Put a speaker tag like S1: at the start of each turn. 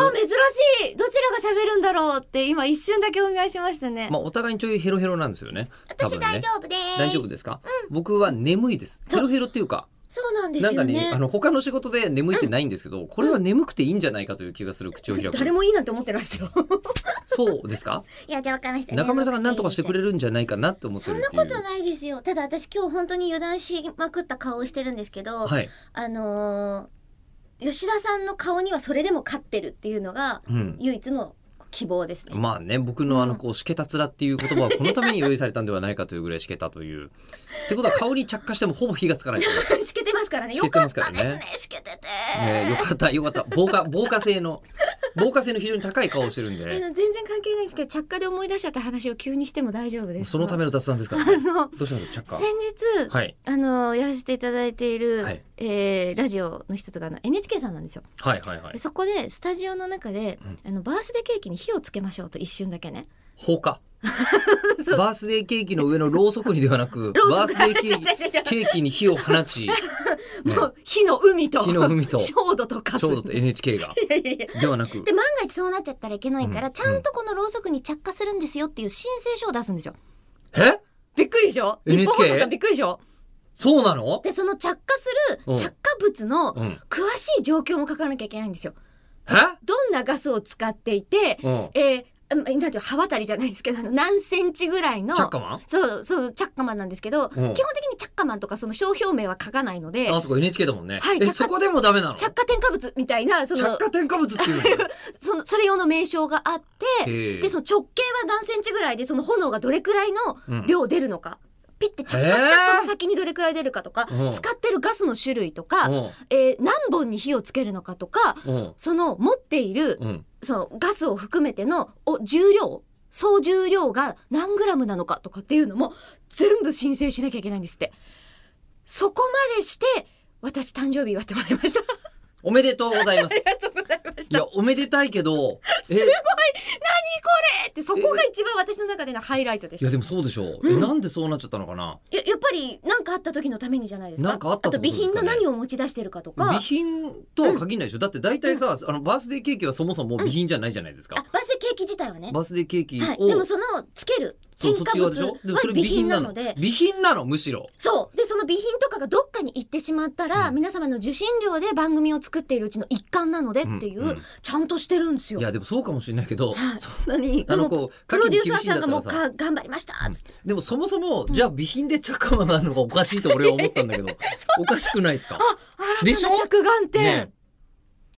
S1: しいどちらが喋るんだろうって今一瞬だけお願いしましたね、
S2: まあお互いちょいヘロヘロなんですよね。多
S3: 私
S2: 分
S3: 大
S2: ね
S3: 丈夫です。
S2: 大丈夫ですか、僕は眠いです。ヘロヘロっていうか、
S3: そうなんです
S2: な
S3: よ
S2: ん
S3: ね。
S2: かね、あの他の仕事で眠いってないんですけど、これは眠くていいんじゃないかという気がする口を開く。
S1: 誰もいいなんて思ってないですよ
S2: そうですか？
S3: いやじゃあわかりました。
S2: 中村さんが何とかしてくれるんじゃないかなって思って
S3: そ
S2: る
S3: ん
S2: っ
S3: な
S2: ていう。
S3: ことないですよ。ただ私今日本当に油断しまくった顔をしてるんですけど、
S2: はい。
S3: あのー吉田さんの顔にはそれでも勝ってるっていうのが
S2: うん。
S3: 唯一の希望ですね。
S2: まあね、僕のあの、こう、しけたつらっていう言葉はこのために用意されたんではないかというぐらいしけたという。ってことは、香り着火してもほぼ火がつかないという。
S3: しけてますからね。
S2: し
S3: よ
S2: けて
S3: か
S2: ま
S3: っ
S2: すから
S3: た
S2: ね
S3: ですね。しけてて。
S2: ね、よかった、よかった。防火、防火性の、防火性の非常に高い顔をしてるん
S1: あ
S2: で、
S1: の全然関係ないんですけど着火で思い出しちゃった話を急にしても大丈夫ですか
S2: そのための雑談ですから、
S1: あ
S2: ね。
S1: の
S2: どうしたんですか、着火
S1: 先。日、
S2: はい。
S1: あのやらせていただいている、
S2: はい
S1: えーラジオの一つがあの NHK さんなんですよ、
S2: はいはいはい
S1: で。そこでスタジオの中で、あのバースデーケーキに火をつけましょうと一瞬だけね
S2: 放火。バースデーケーキの上のろうそくにではなく、
S1: ろう
S2: バ
S1: そく
S2: ースデーケ
S1: 違う違う違
S2: ー
S1: う
S2: キケーキに火を放 ち、ね
S1: もう火の海と
S2: 火の海と
S1: 焦土と化
S2: ち
S1: す
S2: ょうどと NHK が、
S1: いやいやいや
S2: ではなく
S3: で、万が一そうなっちゃったらいけないから、
S2: うん
S3: ちゃんとこのろうそくに着火するんですよっていう申請書を出すんでしょ。
S2: え
S1: びっくりでしょ
S2: NHK
S1: 日本放送さんびっくりでしょ
S2: そうなの
S3: で、その着火す
S2: うん
S3: る着火物の
S2: うん。
S1: 詳しい状況も書かなきゃいけないんですよ
S2: え
S1: どんなガスを使っていて、
S2: うん。
S1: えー、うんなんていうの刃渡りじゃないですけどあの何センチぐらいの
S2: チャッカマン
S1: そうそうチャッカマンなんですけど、基
S2: うん
S1: 本的にチャッカマンとかその商標名は書かないので
S2: あそこ NHK だもんね。
S1: はい
S2: え、
S1: 着火
S2: そこでもダメなの
S1: 着火添加物みたいなその
S2: 着火添加物って いうの
S1: そのそれ用の名称があって
S2: へえ
S1: でその直径は何センチぐらいでその炎がどれくらいの
S2: うん
S1: 量出るのか、ピッて着火した
S2: へえ
S1: その先にどれくらい出るかとか、
S2: うん
S1: 使ってるガスの種類とか、
S2: うん
S1: えー何本に火をつけるのかとか
S2: うん
S1: その持っている
S2: うん
S1: そのガスを含めてのお重量総重量が何グラムなのかとかっていうのも全部申請しなきゃいけないんですってそこまでして私誕生日祝ってもらいました あ
S2: おめでとうございます。い
S1: りがとうございま した
S2: や、おめでたいけど、え、い
S1: えってそこが一番私の中でのハイライトでした
S2: や
S1: い
S2: でもそうでしょう。え、なんでそうなっちゃったのかな
S1: ややっぱり何かあった時のためにじゃないですか
S2: なんかあったって
S1: あと
S2: ことで
S1: 備
S2: すか
S1: 品
S2: ね
S1: の何を持ち出してるかと
S2: 備
S1: か
S2: 品とは限らないでしょだって大体さ、あの、バースデーケーキはそもそも備品じゃないじゃないです
S3: あ
S2: か。、
S3: バースデーケーキ自体はね。
S2: バースデーケーキ
S3: はい。でも
S2: を、
S3: そのつける
S2: そう、
S3: 添
S2: そっ
S3: 加
S2: ち
S3: 物
S2: 側
S3: は
S2: でしょでもそ
S3: 備
S2: れ備
S3: 品
S2: 品
S3: な
S2: な
S3: の
S2: の。
S3: で
S2: 備、品なの、むしろ。
S3: そう。で、その備品とかがどっかに行ってしまったら、皆様の受信料で番組を作っているうちの一環なのでっていう、
S2: うんうん
S1: ちゃんとしてるんですよ
S2: いや、でもそうかもしれないけど、
S3: はい
S2: そんなに、あ
S3: で
S2: の、
S3: も
S2: こう、
S3: プロデューサ
S2: 厳
S3: ー
S2: しいん
S3: さ
S2: だ
S3: ん
S2: っ
S3: が
S2: たら
S3: もう
S2: さ
S3: か頑張りましたっつって、
S2: でもそもそも、じゃあ備品で着 火魔なのがおかしいと俺は思ったんだけど、おかしくないですか
S1: 新
S2: でしたょ
S1: な着眼点、
S2: ね